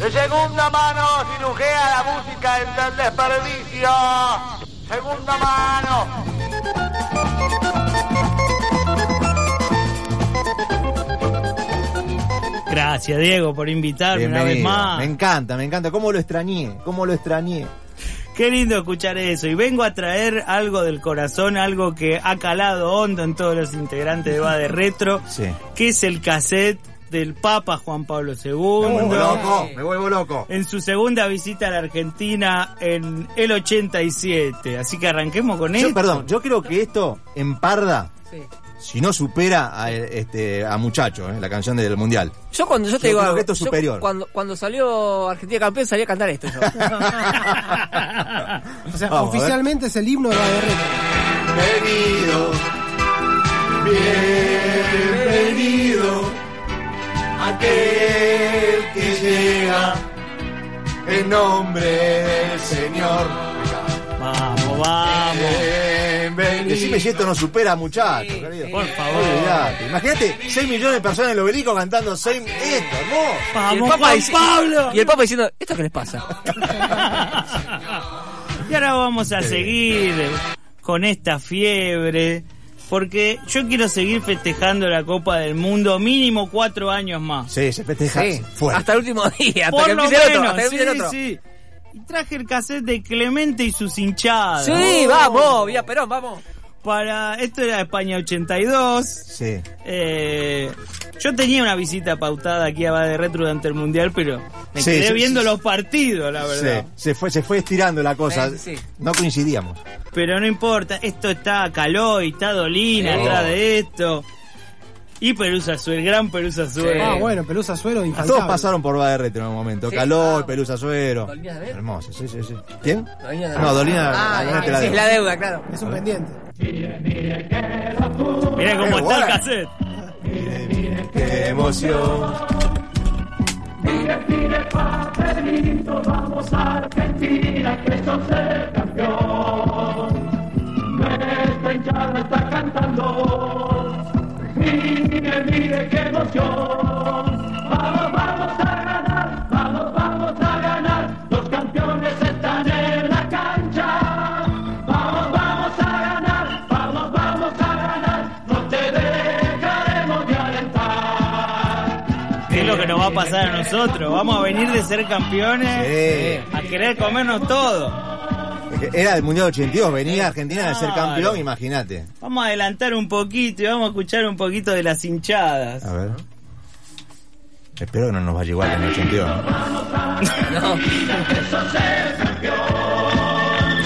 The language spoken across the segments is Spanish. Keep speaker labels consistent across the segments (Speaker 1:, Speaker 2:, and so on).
Speaker 1: De segunda mano cirujea la música en el desperdicio. Segunda mano.
Speaker 2: Gracias, Diego, por invitarme una vez
Speaker 3: Bienvenido.
Speaker 2: más.
Speaker 3: Me encanta, me encanta. ¿Cómo lo extrañé? ¿Cómo lo extrañé?
Speaker 2: Qué lindo escuchar eso. Y vengo a traer algo del corazón, algo que ha calado hondo en todos los integrantes de Va de Retro,
Speaker 3: Sí.
Speaker 2: que es el cassette del Papa Juan Pablo II.
Speaker 3: Me vuelvo loco, me vuelvo loco.
Speaker 2: En su segunda visita a la Argentina en el 87. Así que arranquemos con
Speaker 3: Yo,
Speaker 2: esto.
Speaker 3: perdón, yo creo que esto en Parda,
Speaker 4: Sí.
Speaker 3: si no supera a, este, a Muchacho, eh, la canción del Mundial.
Speaker 4: Yo cuando yo te
Speaker 3: Yo
Speaker 4: digo
Speaker 3: creo
Speaker 4: algo,
Speaker 3: que esto es
Speaker 4: yo
Speaker 3: superior.
Speaker 4: cuando, cuando salió Argentina campeón salía a cantar esto yo.
Speaker 5: O sea,
Speaker 3: Vamos, a ver.
Speaker 5: oficialmente es el himno de la guerra.
Speaker 3: Bienvenido, bienvenido, aquel que llega en nombre del Señor.
Speaker 2: Vamos, vamos.
Speaker 3: Bienvenido. Decime si esto no supera, muchachos. querido.
Speaker 2: Por favor.
Speaker 3: Olvidate. Imagínate, 6 millones de personas en el obelisco cantando 6. Esto, hermoso.
Speaker 2: Vamos,
Speaker 4: Papa
Speaker 2: Juan
Speaker 4: dici-
Speaker 2: Pablo.
Speaker 4: Y el Papa diciendo, ¿esto qué les pasa?
Speaker 2: Y ahora vamos a seguir con esta fiebre, porque yo quiero seguir festejando la Copa del Mundo mínimo cuatro años más.
Speaker 3: Sí, se festeja
Speaker 4: Sí,
Speaker 3: fuerte.
Speaker 4: hasta el último día, hasta
Speaker 2: Por
Speaker 4: que
Speaker 2: lo
Speaker 4: empiece el otro,
Speaker 2: menos,
Speaker 4: hasta que empiece el
Speaker 2: sí,
Speaker 4: otro.
Speaker 2: sí. Y traje el cassette de Clemente y sus hinchadas.
Speaker 4: Sí, vamos, vía Perón, vamos.
Speaker 2: Para, esto era España 82.
Speaker 3: Sí.
Speaker 2: Eh, yo tenía una visita pautada aquí a de Retro durante el Mundial, pero me
Speaker 3: Sí,
Speaker 2: quedé
Speaker 3: sí,
Speaker 2: viendo
Speaker 3: sí.
Speaker 2: los partidos, la verdad.
Speaker 3: Sí, se fue, se fue estirando la cosa.
Speaker 4: Eh, sí.
Speaker 3: No coincidíamos.
Speaker 2: Pero no importa, esto está Caloi, está Dolina
Speaker 4: Sí.
Speaker 2: atrás de esto. Y Pelusa Suel, gran Pelusa Suel.
Speaker 4: Sí.
Speaker 5: Ah, bueno, Pelusa Suero, infaltable.
Speaker 3: Todos pasaron por Valle Retro en un momento.
Speaker 4: Sí.
Speaker 3: Caló,
Speaker 4: Ah.
Speaker 3: Pelusa Suero.
Speaker 4: Dolina de Vero.
Speaker 3: Hermoso, sí, sí, sí. ¿Quién?
Speaker 4: Dolina de
Speaker 3: No,
Speaker 4: Vero.
Speaker 3: Dolina,
Speaker 4: Ah,
Speaker 3: Dolina te
Speaker 4: sí,
Speaker 3: la
Speaker 4: es
Speaker 3: debo.
Speaker 4: la deuda, claro.
Speaker 5: Es un pendiente.
Speaker 2: Mirá cómo está
Speaker 3: Eh,
Speaker 2: el
Speaker 3: bueno.
Speaker 2: cassette.
Speaker 3: Mire, mire, qué emoción.
Speaker 2: ¿Qué es lo que nos va a pasar a nosotros? Vamos a venir de ser campeones
Speaker 3: Eh,
Speaker 2: a querer comernos todo.
Speaker 3: Era el Mundial 82, venía Argentina de ser
Speaker 2: Claro.
Speaker 3: campeón, imagínate.
Speaker 2: Vamos a adelantar un poquito y vamos a escuchar un poquito de las hinchadas.
Speaker 3: A ver. Espero que no nos vaya igual que en el 82. ¿no?
Speaker 4: No,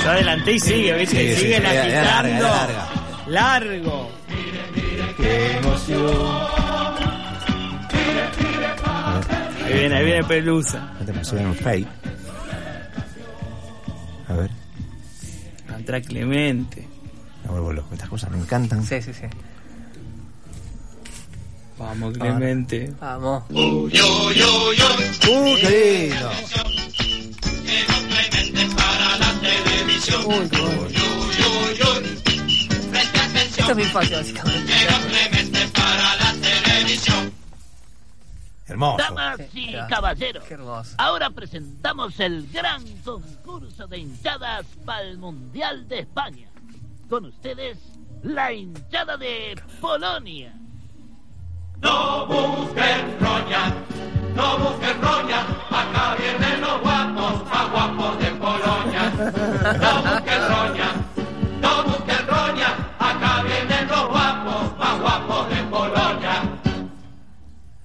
Speaker 2: Yo adelanté y sigue, ¿viste?
Speaker 3: Sí,
Speaker 2: Y
Speaker 3: sí,
Speaker 2: sigue
Speaker 3: era- era larga,
Speaker 2: agitando.
Speaker 3: era larga.
Speaker 2: Largo.
Speaker 3: Qué emoción. ¿eh?
Speaker 2: Ahí viene, ahí viene Pelusa.
Speaker 3: No te pases en fake. A ver,
Speaker 2: Contra Clemente.
Speaker 3: me vuelvo loco. Estas cosas me encantan.
Speaker 4: sí, sí, sí.
Speaker 3: Ah.
Speaker 2: Vamos, Clemente.
Speaker 4: Vamos.
Speaker 3: ¡Uh, qué lindo!
Speaker 4: Esto es mi infancia, básicamente.
Speaker 3: Hermoso.
Speaker 6: Damas
Speaker 4: Sí,
Speaker 6: y
Speaker 4: claro.
Speaker 6: caballeros,
Speaker 4: Qué hermoso.
Speaker 6: ahora presentamos el gran concurso de hinchadas para el Mundial de España. Con ustedes, la hinchada de Polonia.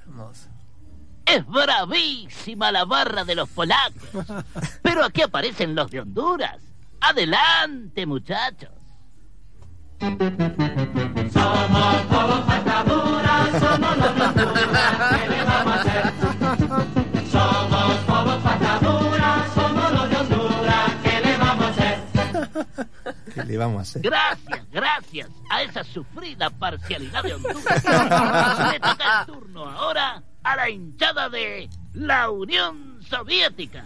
Speaker 4: hermoso.
Speaker 6: Es bravísima la barra de los polacos. Pero aquí aparecen los de Honduras. Adelante, muchachos.
Speaker 3: ¿Qué le vamos a hacer?
Speaker 6: Gracias, gracias a esa sufrida parcialidad de Honduras. Le toca el turno ahora a la hinchada de la Unión Soviética.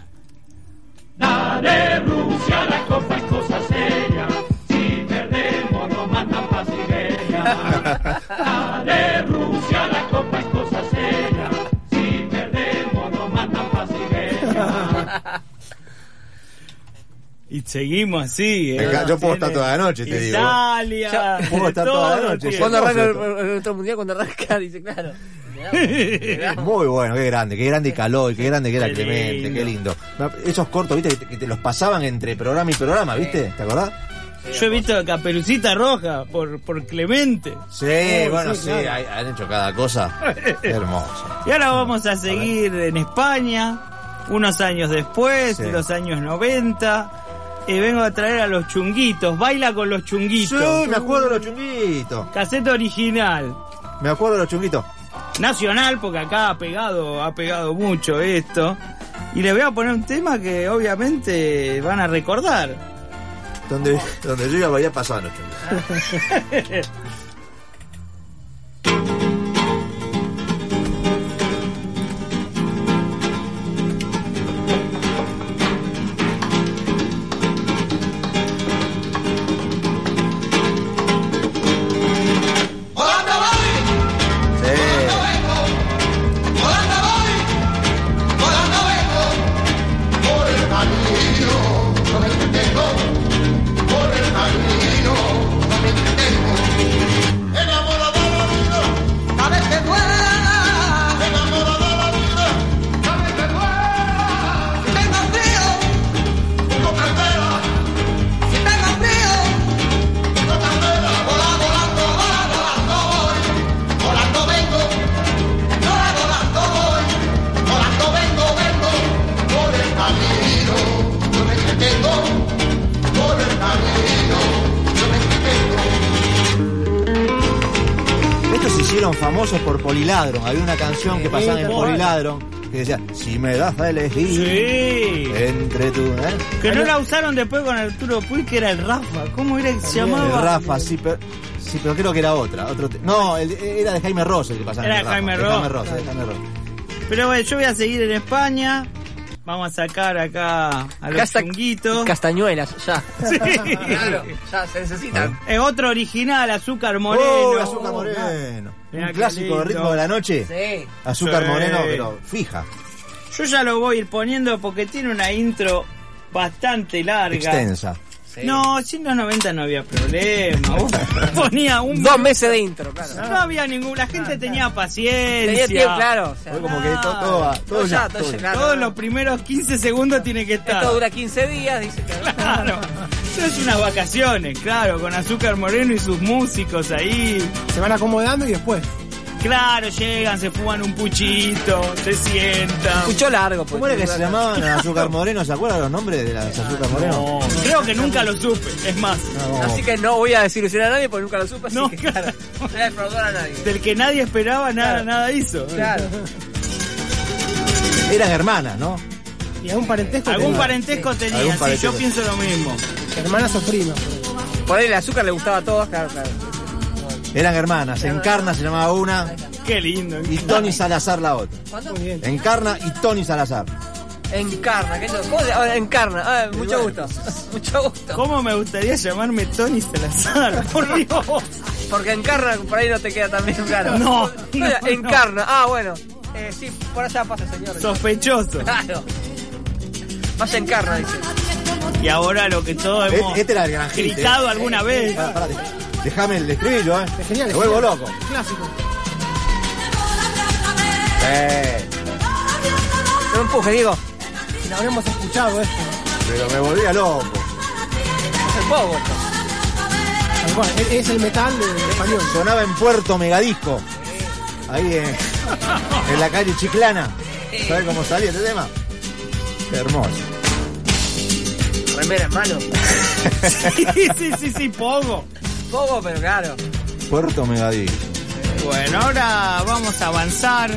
Speaker 2: Y seguimos así.
Speaker 3: Me
Speaker 2: ¿eh?
Speaker 3: ca- yo puedo estar
Speaker 2: Tiene
Speaker 3: toda la noche, te digo.
Speaker 2: Italia,
Speaker 3: Ya, puedo estar toda la
Speaker 2: todo
Speaker 3: noche,
Speaker 2: tiene.
Speaker 4: Cuando
Speaker 3: hermoso
Speaker 4: arranca el,
Speaker 3: esto.
Speaker 4: el- el otro mundial, cuando arranca, dice, claro. Llegamos,
Speaker 3: Muy bueno, qué grande, qué grande calor, qué grande que era
Speaker 2: Qué
Speaker 3: Clemente,
Speaker 2: lindo.
Speaker 3: qué lindo. Esos cortos, viste, que te, que te los pasaban entre programa y programa, ¿viste? ¿Te acordás?
Speaker 2: Yo he visto Caperucita Roja por, por Clemente.
Speaker 3: Sí, bueno, sí, hay- han hecho cada cosa. Qué hermoso.
Speaker 2: Y ahora vamos a seguir en España, unos años después,
Speaker 3: Sí.
Speaker 2: los años 90. Y vengo a traer a los chunguitos. Baila con los
Speaker 3: Sí,
Speaker 2: chunguitos.
Speaker 3: me acuerdo de los chunguitos.
Speaker 2: Caseta original.
Speaker 3: Me acuerdo de los chunguitos.
Speaker 2: nacional, porque acá ha pegado, ha pegado mucho esto. Y les voy a poner un tema que obviamente van a recordar.
Speaker 3: Donde, donde yo iba, había pasado los chunguitos.
Speaker 7: Volando voy, volando
Speaker 3: Sí,
Speaker 7: vengo, volando voy, volando vengo, por el camino no me entretengo, por el camino no me entretengo. Enamorado de la vida, a veces duela, enamorado de la vida, a veces duela. Si tengo frío, tengo candela, si tengo frío, tengo candela. Volando, volando, volando, volando voy, volando vengo. Volando, volando voy, volando vengo, vengo, por el camino, yo me entretengo, por el camino, yo me entretengo.
Speaker 3: Estos se hicieron famosos por Poliladron. Había una canción que pasaban en
Speaker 2: claro.
Speaker 3: Poliladron que decía, si me das a elegir
Speaker 2: Sí.
Speaker 3: entre tú, ¿eh?
Speaker 2: Que no la usaron después con Arturo Puig, que era el Rafa. ¿Cómo era que se
Speaker 3: El
Speaker 2: llamaba?
Speaker 3: Eh, Rafa, sí, pero, sí, pero creo que era otra. Otro te- no, el- era de Jaime Ross el que pasaba.
Speaker 2: Era
Speaker 3: el Rafa,
Speaker 2: Jaime
Speaker 3: de
Speaker 2: Ross.
Speaker 3: Jaime Ross, de Jaime Ross.
Speaker 2: Pero bueno, yo voy a seguir en España. Vamos a sacar acá a los
Speaker 4: Casta-
Speaker 2: chunguitos.
Speaker 4: Castañuelas, ya.
Speaker 2: Sí.
Speaker 4: Claro, ya se necesitan.
Speaker 2: Eh, otro original, Azúcar Moreno.
Speaker 3: Oh, Azúcar Moreno.
Speaker 2: Mirá qué
Speaker 3: Un clásico de
Speaker 2: lindo.
Speaker 3: ritmo de la noche.
Speaker 4: Sí.
Speaker 3: Azúcar
Speaker 2: Sí.
Speaker 3: Moreno, pero fija,
Speaker 2: Yo ya lo voy a ir poniendo porque tiene una intro bastante larga.
Speaker 3: extensa.
Speaker 4: sí.
Speaker 2: No, 190 no había problema. Vos ponía un...
Speaker 4: Dos meses de intro, claro.
Speaker 2: No había ningún... La gente tenía paciencia.
Speaker 4: Tenía tiempo, claro. o sea,
Speaker 3: Fue como que to- todo, va- todo
Speaker 4: Todo
Speaker 3: ya,
Speaker 4: ya, todo
Speaker 3: todo
Speaker 4: ya.
Speaker 3: ya.
Speaker 4: Claro.
Speaker 2: Todos los primeros 15 segundos tiene que estar.
Speaker 4: Esto dura 15 días, dice que.
Speaker 2: Claro. Eso es unas vacaciones, claro, con Azúcar Moreno y sus músicos ahí.
Speaker 5: Se van acomodando y después.
Speaker 2: Claro, llegan, se fuman un puchito, se sientan.
Speaker 4: Escuchó largo, pues.
Speaker 3: ¿Cómo era que se llamaban a Azúcar Moreno? ¿Se acuerdan los nombres de las Azúcar Moreno?
Speaker 2: No, creo que nunca lo supe, es más.
Speaker 3: No.
Speaker 4: Así que no voy a desilusionar a nadie porque nunca lo supe, así
Speaker 2: No,
Speaker 4: que
Speaker 2: claro.
Speaker 4: no voy a defraudar a nadie.
Speaker 2: Del que nadie esperaba, nada,
Speaker 4: Claro.
Speaker 2: nada hizo.
Speaker 4: Claro.
Speaker 3: Eran hermanas, ¿no?
Speaker 5: Y algún parentesco.
Speaker 2: Algún
Speaker 5: tenía.
Speaker 2: parentesco tenía,
Speaker 3: Algún
Speaker 2: sí,
Speaker 3: parentesco.
Speaker 2: yo pienso lo mismo.
Speaker 5: Hermanas o primas.
Speaker 4: Por ahí el azúcar le gustaba a todos, claro, claro.
Speaker 3: Eran hermanas. Encarna se llamaba una
Speaker 2: Qué lindo.
Speaker 3: y Tony Salazar la otra.
Speaker 4: ¿Cuándo?
Speaker 5: Muy bien.
Speaker 3: Encarna y Tony Salazar.
Speaker 4: Encarna, ¿qué es eso? ¿Cómo se- ah, Encarna, ah, mucho gusto. Mucho gusto.
Speaker 2: ¿Cómo me gustaría llamarme Tony Salazar? Por Dios.
Speaker 4: Porque encarna por ahí no te queda tan bien claro.
Speaker 2: No, no,
Speaker 4: Encarna, ah, bueno. Eh, sí, por allá pasa, señor.
Speaker 2: Sospechoso.
Speaker 4: Claro. Vaya encarna, dice.
Speaker 2: Y ahora lo que todos
Speaker 3: Este,
Speaker 2: hemos
Speaker 3: este era el Este granjito.
Speaker 2: gritado alguna vez.
Speaker 3: Dejame el estribillo, ¿eh?
Speaker 5: Es genial.
Speaker 3: Me
Speaker 5: es
Speaker 3: vuelvo
Speaker 5: genial.
Speaker 3: loco.
Speaker 5: Clásico.
Speaker 3: Eh,
Speaker 4: No me empuje, Diego.
Speaker 5: Lo habremos escuchado esto.
Speaker 3: pero me volvía loco.
Speaker 4: Es el pogo esto.
Speaker 5: Tal cual, es- Es el metal de- de español.
Speaker 3: Sonaba en Puerto Megadisco. Ahí en, en la calle Chiclana. ¿Sabes cómo salía este tema? Qué hermoso.
Speaker 4: Remera en mano.
Speaker 2: Sí, sí, sí, sí, poco.
Speaker 4: Pogo, pero claro.
Speaker 3: Puerto Megadisco.
Speaker 2: Bueno, ahora vamos a avanzar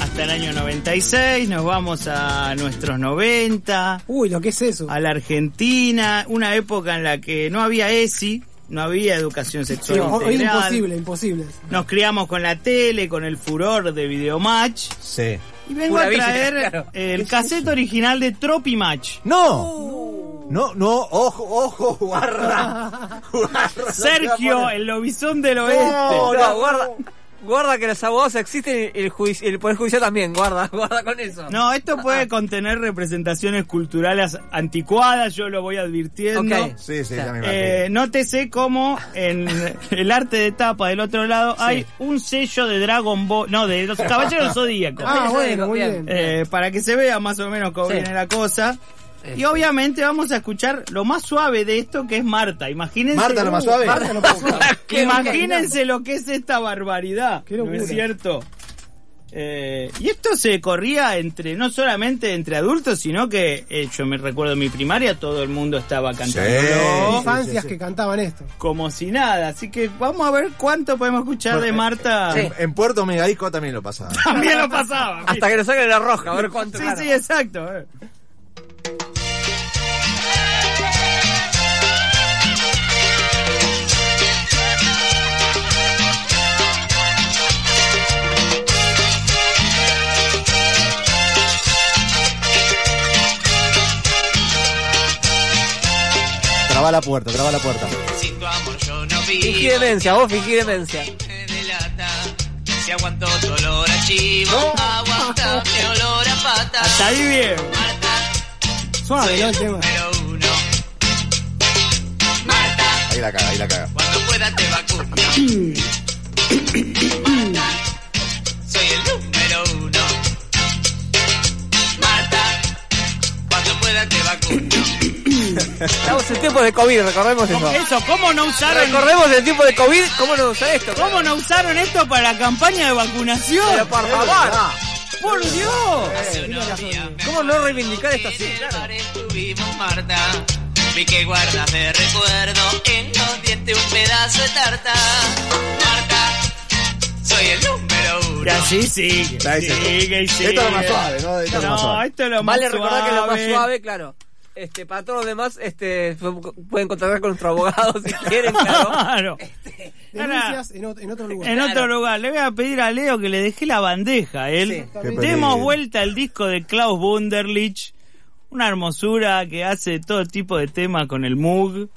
Speaker 2: hasta el año 96, nos vamos a nuestros 90,
Speaker 5: Uy, lo que es eso.
Speaker 2: a la Argentina, una época en la que no había ESI, no había educación
Speaker 5: Sí,
Speaker 2: sexual
Speaker 5: hoy es
Speaker 2: integral.
Speaker 5: imposible, imposible.
Speaker 2: Nos criamos con la tele, con el furor de Videomatch.
Speaker 3: Sí.
Speaker 2: Y vengo
Speaker 4: Pura
Speaker 2: a
Speaker 4: villa,
Speaker 2: traer
Speaker 4: claro.
Speaker 2: el cassette original de Tropimatch.
Speaker 3: ¡No! No, no, ojo, ojo, guarda. Guarda, no te va a
Speaker 2: Sergio,
Speaker 3: poner-
Speaker 2: el lobizón del oeste.
Speaker 3: No,
Speaker 4: No,
Speaker 3: no,
Speaker 4: guarda. Guarda que los abogados existen y el, judici- el Poder Judicial también. Guarda, guarda con eso.
Speaker 2: No, esto puede contener representaciones culturales anticuadas, yo lo voy advirtiendo.
Speaker 4: Ok.
Speaker 3: Sí, sí, ya me imagino.
Speaker 2: Eh, nótese cómo en el arte de tapa del otro lado hay un sello de Dragon Ball, no, de los Caballeros Zodíacos.
Speaker 5: Ah,
Speaker 4: Eso
Speaker 5: bueno, muy
Speaker 4: bien.
Speaker 5: bien.
Speaker 2: Eh, para que se vea más o menos cómo
Speaker 4: Sí.
Speaker 2: viene la cosa. Y obviamente vamos a escuchar lo más suave de esto que es Marta. Imagínense. Uh,
Speaker 3: Marta, lo más suave.
Speaker 5: Marta no puedo.
Speaker 4: Qué
Speaker 2: Imagínense lo que es esta barbaridad.
Speaker 5: Qué
Speaker 2: ¿No
Speaker 5: locura.
Speaker 2: es cierto? Eh, y esto se corría entre no solamente entre adultos, sino que eh, yo me recuerdo en mi primaria todo el mundo estaba cantando
Speaker 5: Infancias
Speaker 3: sí.
Speaker 5: que cantaban esto.
Speaker 2: como si nada. Así que vamos a ver cuánto podemos escuchar de Marta.
Speaker 4: Sí.
Speaker 3: En Puerto Megadisco también lo pasaba.
Speaker 2: También lo pasaba.
Speaker 4: Hasta que lo saquen de la roja, a ver cuánto.
Speaker 2: Sí,
Speaker 4: gana.
Speaker 2: sí, exacto. eh. A ver.
Speaker 3: Traba la puerta, traba la puerta.
Speaker 8: Sin tu amor yo no
Speaker 4: Fingí
Speaker 8: vivo
Speaker 4: demencia, vos fingí demencia.
Speaker 8: me delata Si aguanto tu olor a chivo Aguantaste olor a pata
Speaker 2: Hasta ahí bien.
Speaker 8: Marta,
Speaker 5: Suave, ¿no? El tema.
Speaker 8: número uno Marta,
Speaker 3: Ahí la caga, ahí la caga.
Speaker 8: cuando pueda te vacuno Marta, soy el número uno Marta, cuando pueda te vacuno
Speaker 4: Estamos en tiempos de COVID, recordemos eso.
Speaker 2: Eso, ¿cómo no usaron?
Speaker 4: Recordemos el tiempo de COVID, ¿cómo nos usa esto?
Speaker 2: ¿Cómo no usaron esto para la campaña de vacunación?
Speaker 4: Pero por favor,
Speaker 2: ¡Por Dios!
Speaker 8: Hace unos días me
Speaker 4: ¿cómo no reivindicar esta
Speaker 8: En
Speaker 4: sí?
Speaker 8: el
Speaker 4: Claro.
Speaker 8: bar estuvimos Marta Vi que guardas de recuerdo En los dientes un pedazo de tarta Marta Soy el número
Speaker 2: Y
Speaker 8: uno
Speaker 2: así sigue.
Speaker 3: Ahí se-
Speaker 2: sigue y sigue.
Speaker 3: Esto es lo más suave, ¿no? Esto es lo más
Speaker 2: No,
Speaker 3: suave.
Speaker 2: esto es lo más
Speaker 4: Vale
Speaker 2: suave.
Speaker 4: recordar que lo más suave, claro. Este, para todos los demás, este, fu- pueden contactar con nuestro abogado si quieren, claro.
Speaker 2: Claro.
Speaker 3: Este,
Speaker 2: Ahora,
Speaker 5: Denuncias en ot- en otro lugar.
Speaker 2: en otro lugar, le voy a pedir a Leo que le deje la bandeja a él.
Speaker 4: Sí.
Speaker 3: Qué
Speaker 2: Demos
Speaker 3: peligro.
Speaker 2: vuelta al disco de Klaus Wunderlich. Una hermosura que hace todo tipo de temas con el Moog.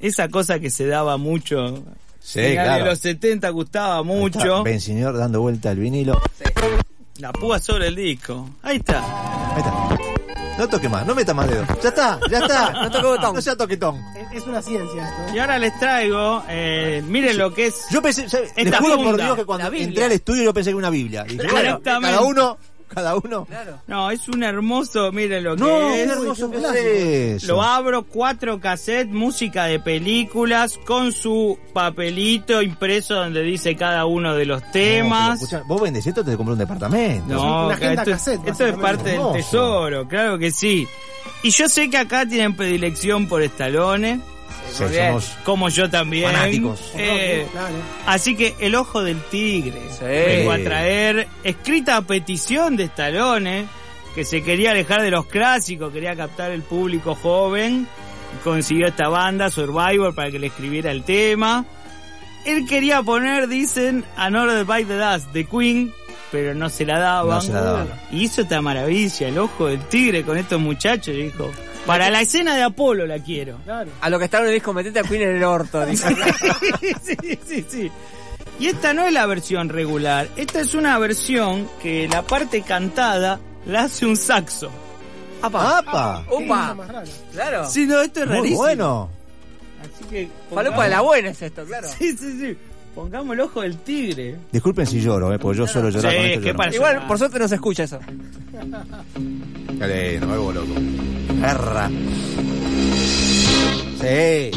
Speaker 2: Esa cosa que se daba mucho.
Speaker 3: Sí,
Speaker 2: Finales de
Speaker 3: claro.
Speaker 2: los 70 gustaba
Speaker 3: Está
Speaker 2: mucho.
Speaker 3: Bensiñor dando vuelta al vinilo.
Speaker 2: La púa sobre el disco. Ahí está.
Speaker 3: Ahí está. No toque más, no meta más dedos. Ya está, ya está.
Speaker 4: No toque botón.
Speaker 3: No sea toquetón.
Speaker 5: Es- Es una ciencia esto.
Speaker 2: Y
Speaker 5: ¿eh?
Speaker 2: ahora les traigo, eh, miren lo que es.
Speaker 3: Yo pensé, ¿sabes?
Speaker 2: Esta
Speaker 3: les juro por
Speaker 2: funda,
Speaker 3: Dios que
Speaker 2: la
Speaker 3: cuando
Speaker 2: Biblia.
Speaker 3: entré al estudio yo pensé que era una Biblia. Dije, bueno,
Speaker 2: Exactamente.
Speaker 3: cada uno, cada uno.
Speaker 4: Claro.
Speaker 2: No, es un hermoso, miren lo
Speaker 3: No,
Speaker 2: que
Speaker 3: qué
Speaker 2: es.
Speaker 3: hermoso que
Speaker 5: clásico.
Speaker 3: es eso.
Speaker 2: Lo abro, cuatro cassettes, música de películas, con su papelito impreso donde dice cada uno de los
Speaker 3: No,
Speaker 2: temas.
Speaker 3: pero escuchá, vos vendés esto, te compré un departamento.
Speaker 2: No,
Speaker 5: Una agenda
Speaker 2: esto,
Speaker 5: cassette,
Speaker 2: esto es
Speaker 5: básicamente.
Speaker 2: parte del
Speaker 3: Hermoso.
Speaker 2: tesoro, claro que sí. Y yo sé que acá tienen predilección por Estalones,
Speaker 3: Sí,
Speaker 4: muy bien.
Speaker 3: somos-
Speaker 2: como yo también.
Speaker 3: Fanáticos.
Speaker 2: Eh,
Speaker 5: Claro.
Speaker 2: Así que El Ojo del Tigre
Speaker 4: Sí.
Speaker 2: vengo a traer, escrita a petición de Stallone, que se quería alejar de los clásicos, quería captar el público joven, consiguió esta banda, Survivor, para que le escribiera el tema. Él quería poner, dicen, Another by the Dust de Queen, pero no se la daban.
Speaker 3: No se la daban.
Speaker 2: Y hizo esta maravilla, El Ojo del Tigre, con estos muchachos, dijo. Para la escena de Apolo la quiero.
Speaker 5: Claro.
Speaker 4: A lo que está en el disco, metete a Queen en el orto, dice.
Speaker 2: sí, sí, sí. Y esta no es la versión regular, esta es una versión que la parte cantada la hace un saxo.
Speaker 4: ¡Apa!
Speaker 3: ¡Apa!
Speaker 5: Qué cosa
Speaker 4: ¡Upa!
Speaker 5: más rara.
Speaker 4: Claro.
Speaker 2: Sí, no, esto es
Speaker 3: Muy
Speaker 2: rarísimo.
Speaker 3: bueno.
Speaker 2: Así que
Speaker 4: Falopa de la buena es esto, claro.
Speaker 2: Sí, sí, sí. Pongamos el ojo del tigre.
Speaker 3: Disculpen si lloro, eh, porque yo suelo llorar
Speaker 2: Sí,
Speaker 3: con esto.
Speaker 2: qué
Speaker 3: lloro.
Speaker 2: parece.
Speaker 4: Igual, por suerte no se escucha eso.
Speaker 3: Qué lindo, me vuelvo loco. Garra. Sí.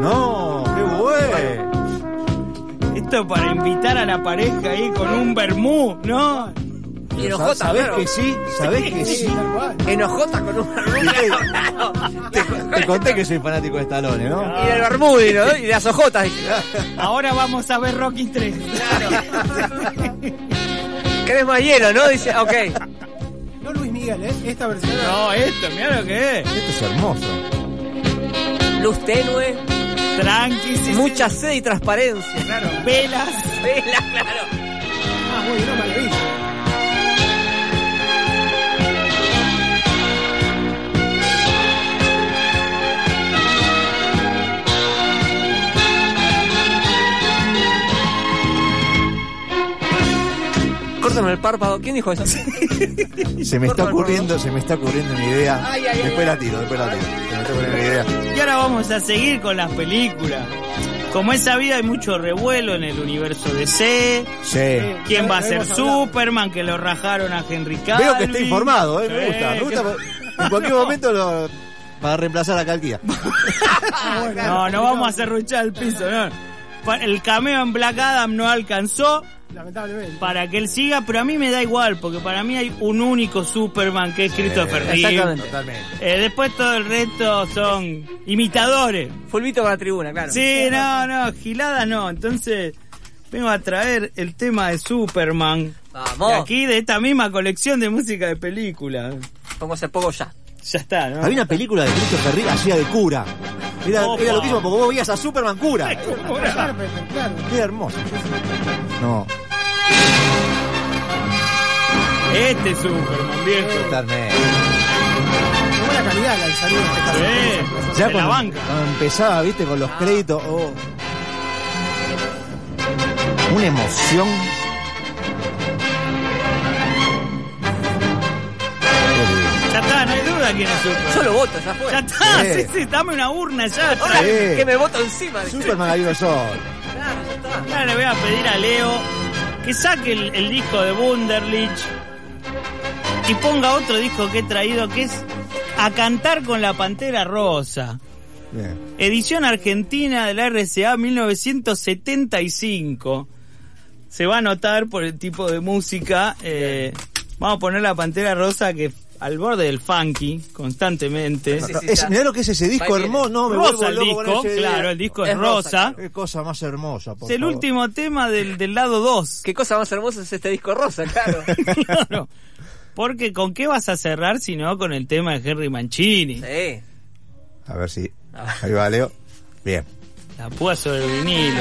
Speaker 3: No, qué bueno.
Speaker 2: Esto para invitar a la pareja ahí con un vermú, ¿no?
Speaker 4: Y
Speaker 3: pero
Speaker 4: enojota,
Speaker 3: sabes
Speaker 4: claro.
Speaker 3: que sí, sabes que sí.
Speaker 4: Enojota con una rubia.
Speaker 3: Te, te conté que soy fanático de Stallone, ¿no?
Speaker 4: y del Bermudi, ¿no? Y de las ojotas. dije.
Speaker 2: Ahora vamos a ver Rocky 3.
Speaker 4: ¿Querés más hielo, no? Dice, ok.
Speaker 5: No Luis Miguel, ¿eh? Esta versión.
Speaker 2: No, esto, mira lo que es.
Speaker 3: Esto es hermoso.
Speaker 4: Luz tenue,
Speaker 2: Tranqui, sí, sí,
Speaker 4: mucha sed y transparencia. Claro.
Speaker 2: velas.
Speaker 4: Vela, claro.
Speaker 5: Ah, bueno, no, maravilla.
Speaker 4: Córtame el párpado. ¿Quién dijo eso?
Speaker 3: Se me está
Speaker 4: Corta, corta.
Speaker 3: ocurriendo, se me está ocurriendo una idea.
Speaker 4: Ay, ay, ay,
Speaker 3: después
Speaker 4: ay.
Speaker 3: la tiro, después la tiro. Se me está ocurriendo una idea.
Speaker 2: Y ahora vamos a seguir con las películas. Como es sabido, hay mucho revuelo en el universo DC.
Speaker 3: Sí.
Speaker 2: ¿Quién va a
Speaker 5: Lo
Speaker 2: ser
Speaker 5: hemos hablado.
Speaker 2: Superman? Que lo rajaron a Henry Cavill.
Speaker 3: Veo que está informado, eh, me
Speaker 2: Sí,
Speaker 3: gusta. Me gusta
Speaker 2: que-
Speaker 3: porque en cualquier momento lo, para reemplazar a Calquía.
Speaker 2: No, no vamos a serruchar el piso, no. Pa- El cameo en Black Adam no alcanzó
Speaker 5: Lamentablemente.
Speaker 2: para que él siga, pero a mí me da igual, porque para mí hay un único Superman que es Christopher Reeve.
Speaker 4: exactamente.
Speaker 3: Totalmente.
Speaker 2: Eh, después todo el resto son imitadores.
Speaker 4: Fulvito con la tribuna, claro.
Speaker 2: Sí, no, no, gilada no. Entonces, vengo a traer el tema de Superman.
Speaker 4: Vamos.
Speaker 2: De aquí, de esta misma colección de música de película.
Speaker 4: Pongo hace poco ya.
Speaker 2: Ya está, ¿no?
Speaker 3: Había una película de Christopher Reeve hacía de cura. Era,
Speaker 2: Opa.
Speaker 3: era lo mismo porque vos veías a Superman cura.
Speaker 5: Claro, perfecto, claro.
Speaker 3: Qué hermoso. No,
Speaker 2: Este Superman, viejo.
Speaker 3: totalmente.
Speaker 5: Con buena calidad la
Speaker 2: Sí,
Speaker 5: salida.
Speaker 3: Ya
Speaker 2: de la
Speaker 3: cuando,
Speaker 2: banca.
Speaker 3: cuando empezaba, viste, con
Speaker 5: Ah.
Speaker 3: los créditos. oh. Una emoción.
Speaker 2: Ya está, no hay duda quién es Superman.
Speaker 4: Yo lo voto, ya fue.
Speaker 2: Ya está,
Speaker 3: Sí.
Speaker 2: sí, sí, dame una urna ya.
Speaker 4: Ahora
Speaker 2: ya.
Speaker 3: Sí.
Speaker 4: que me voto encima. dije.
Speaker 3: Superman Gabriel Sol.
Speaker 4: Claro, ya está.
Speaker 2: Ahora le voy a pedir a Leo que saque el, el disco de Wunderlich y ponga otro disco que he traído que es A Cantar con la Pantera Rosa.
Speaker 3: Bien.
Speaker 2: Edición argentina de la RCA 1975. Se va a notar por el tipo de música. eh, vamos a poner la Pantera Rosa que al borde del funky constantemente.
Speaker 4: Sí, sí,
Speaker 3: Es-
Speaker 4: ya.
Speaker 3: mirá lo que es ese disco
Speaker 4: Va y viene.
Speaker 3: hermoso. No, me vuelvo
Speaker 2: rosa el
Speaker 3: loco con
Speaker 2: disco,
Speaker 3: ese-
Speaker 2: claro, el disco es,
Speaker 4: Es rosa,
Speaker 2: rosa.
Speaker 3: Qué cosa más hermosa, por
Speaker 2: Es el
Speaker 3: favor.
Speaker 2: último tema del, del lado 2.
Speaker 4: Qué cosa más hermosa es este disco rosa, claro.
Speaker 2: Claro. Porque ¿con qué vas a cerrar si no con el tema de Henry Mancini?
Speaker 4: sí.
Speaker 3: A ver si.
Speaker 2: Ah.
Speaker 3: Ahí va, Leo. Bien.
Speaker 2: La púa sobre el vinilo.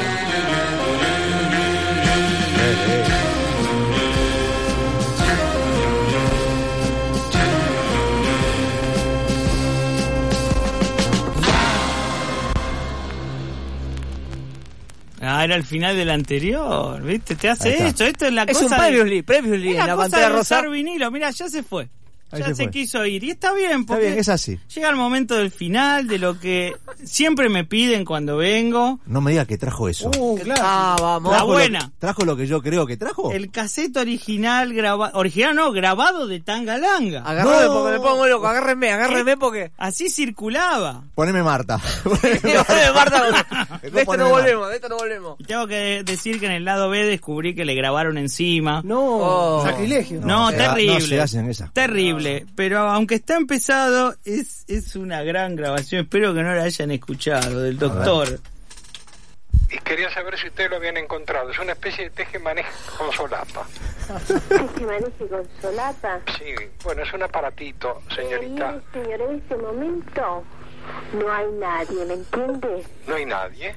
Speaker 2: Ah, era el final del anterior, ¿viste? Te
Speaker 3: Ahí
Speaker 2: hace
Speaker 3: está.
Speaker 2: esto, esto es la
Speaker 4: Es
Speaker 2: cosa
Speaker 4: un
Speaker 2: de-
Speaker 4: previously, previously
Speaker 2: es
Speaker 4: en
Speaker 2: la
Speaker 4: la
Speaker 2: cosa
Speaker 4: pantalla
Speaker 2: de
Speaker 4: rosa.
Speaker 2: usar vinilo, mira, ya se fue.
Speaker 3: Ahí
Speaker 2: ya
Speaker 3: se
Speaker 2: se,
Speaker 3: fue.
Speaker 2: quiso ir. Y está bien, porque
Speaker 3: bien, es así.
Speaker 2: llega el momento del final, de lo que siempre me piden cuando vengo.
Speaker 3: No me digas que trajo eso.
Speaker 5: Uh, claro.
Speaker 4: Ah, vamos.
Speaker 2: La
Speaker 3: ¿Trajo lo-
Speaker 2: buena.
Speaker 3: ¿Trajo lo que yo creo que trajo?
Speaker 2: El cassette original grabado, original no, grabado de Tangalanga.
Speaker 4: Agarrame
Speaker 3: No.
Speaker 4: porque me pongo loco. Agárrenme, agárrenme porque.
Speaker 2: Así circulaba.
Speaker 3: Poneme Marta.
Speaker 4: Poneme, Marta,
Speaker 3: Dejó
Speaker 2: este
Speaker 4: de
Speaker 3: ponerme
Speaker 4: esto no
Speaker 3: Marta.
Speaker 4: volvemos, de esto no volvemos.
Speaker 2: Y tengo que decir que en el lado B descubrí que le grabaron encima.
Speaker 5: No,
Speaker 4: Oh.
Speaker 5: sacrilegio.
Speaker 2: No,
Speaker 3: Eh, No, se ha- no
Speaker 2: terrible.
Speaker 3: se hacen esas
Speaker 2: terrible. Pero aunque está empezado, es, es una gran grabación. Espero que no la hayan escuchado, del doctor.
Speaker 9: y quería saber si ustedes lo habían encontrado. Es una especie de teje-maneje con solapa.
Speaker 10: que maneje con solapa.
Speaker 9: Sí, bueno, es un aparatito, señorita.
Speaker 10: Señor, señor, en este momento no hay nadie, ¿me entiende?
Speaker 9: No hay nadie.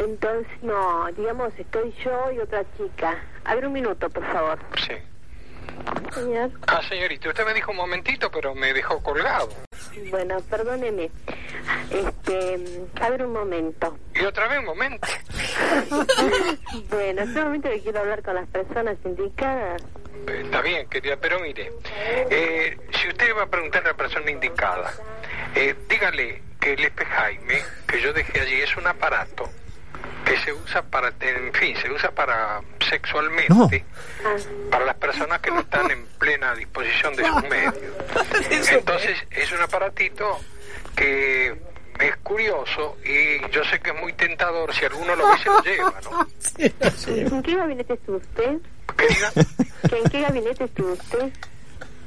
Speaker 10: Entonces, no, digamos, estoy yo y otra chica. A ver, un minuto, por favor.
Speaker 9: Sí.
Speaker 10: Señor,
Speaker 9: Ah, señorita, usted me dijo un momentito, pero me dejó colgado.
Speaker 10: bueno, perdóneme. Este, a ver, un momento.
Speaker 9: Y otra vez, un momento.
Speaker 10: Bueno, en este momento que quiero hablar con las personas indicadas.
Speaker 9: Eh, Está bien, querida, pero mire, eh, si usted va a preguntar a la persona indicada, eh, dígale que el espe Jaime que yo dejé allí es un aparato que se usa para, en fin, se usa para sexualmente
Speaker 10: Ah,
Speaker 9: para las personas que no están en plena disposición de sus medios. Entonces es un aparatito que es curioso y yo sé que es muy tentador, si alguno lo ve se lo lleva, ¿no?
Speaker 10: ¿En qué gabinete está usted?
Speaker 9: Querida,
Speaker 10: ¿Que ¿En qué gabinete estuvo usted?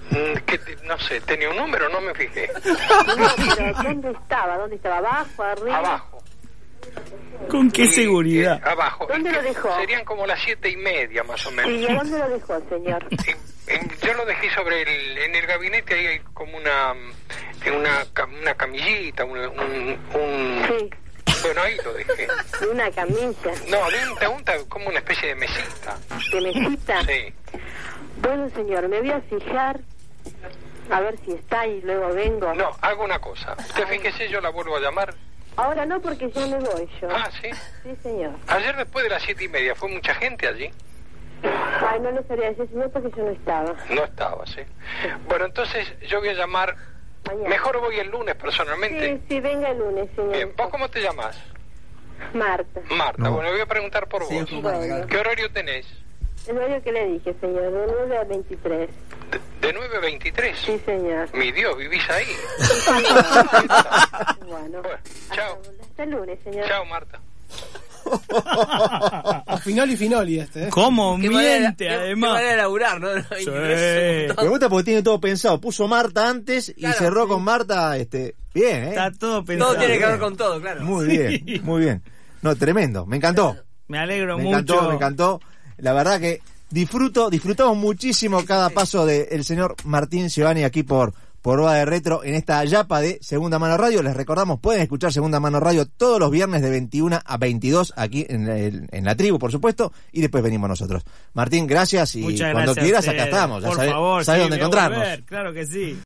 Speaker 9: Mm, que te- no sé, tenía un número, no me fijé.
Speaker 10: No, pero ¿dónde estaba? ¿Dónde estaba? ¿Abajo? ¿Arriba?
Speaker 9: Abajo. eh,
Speaker 2: ¿Con qué seguridad?
Speaker 9: Abajo.
Speaker 10: ¿Dónde lo dejó?
Speaker 9: Serían como las siete y media más o menos.
Speaker 10: ¿Y a dónde lo dejó, señor?
Speaker 9: En- Yo lo dejé sobre el, en el gabinete, ahí hay como una, en una, cam- una camillita, un, un- un-
Speaker 10: Sí,
Speaker 9: Mm. Bueno, ahí lo dejé.
Speaker 10: de una camisa,
Speaker 9: No, de un, de un ta- como una especie de mesita.
Speaker 10: de mesita.
Speaker 9: Sí.
Speaker 10: Bueno, señor, me voy a fijar a ver si está y luego vengo.
Speaker 9: No, hago una cosa. Usted fíjese, yo la vuelvo a llamar.
Speaker 10: Ahora no, porque ya me voy yo.
Speaker 9: Ah, sí.
Speaker 10: Sí, señor.
Speaker 9: Ayer después de las siete y media, ¿fue mucha gente allí?
Speaker 10: Ay, no le sabría decir, señor, porque yo no estaba.
Speaker 9: No estaba, sí. Bueno, entonces yo voy a llamar...
Speaker 10: Mañana.
Speaker 9: Mejor voy el lunes
Speaker 10: Sí,
Speaker 9: personalmente.
Speaker 10: sí, venga el lunes,
Speaker 9: Bien,
Speaker 10: señor.
Speaker 9: ¿vos cómo te llamas?
Speaker 10: Marta.
Speaker 9: Marta.
Speaker 3: No.
Speaker 9: Bueno, voy a preguntar por vos.
Speaker 10: Bueno,
Speaker 9: ¿Qué horario tenés?
Speaker 10: es lo que le dije, señor, de 9 a 23.
Speaker 9: De, de 9 a 23.
Speaker 10: Sí, señor.
Speaker 9: Mi Dios, vivís ahí.
Speaker 10: Bueno,
Speaker 9: Bueno, chao.
Speaker 10: hasta, hasta el lunes, señor.
Speaker 9: Chao, Marta.
Speaker 5: A Finoli, Finoli este, ¿eh?
Speaker 2: ¿Cómo
Speaker 4: Qué manera-
Speaker 2: miente,
Speaker 4: qué- Qué
Speaker 2: además?
Speaker 4: manera de laburar, ¿no? No, ingreso.
Speaker 3: Me gusta porque tiene todo pensado. Puso Marta antes y
Speaker 4: Claro.
Speaker 3: cerró con Marta. Este, bien, ¿eh?
Speaker 2: Está todo pensado.
Speaker 4: Todo tiene que ver con todo, claro.
Speaker 3: Muy bien, muy bien. No, tremendo. Me encantó.
Speaker 2: Me alegro
Speaker 3: Me
Speaker 2: mucho.
Speaker 3: encantó, me encantó. La verdad que disfruto, disfrutamos muchísimo cada paso del señor Martín Giovanni aquí por por Boda de Retro en esta yapa de Segunda Mano Radio. Les recordamos, pueden escuchar Segunda Mano Radio todos los viernes de 21 a 22 aquí en, el- en la tribu, por supuesto, y después venimos nosotros. Martín, gracias y
Speaker 2: Muchas
Speaker 3: cuando
Speaker 2: gracias. a
Speaker 3: quieras
Speaker 2: ustedes.
Speaker 3: acá estamos. Ya
Speaker 2: Por
Speaker 3: sabe-
Speaker 2: favor,
Speaker 3: sabe
Speaker 2: sí,
Speaker 3: dónde
Speaker 2: voy a volver,
Speaker 3: encontrarnos.
Speaker 2: Claro que sí.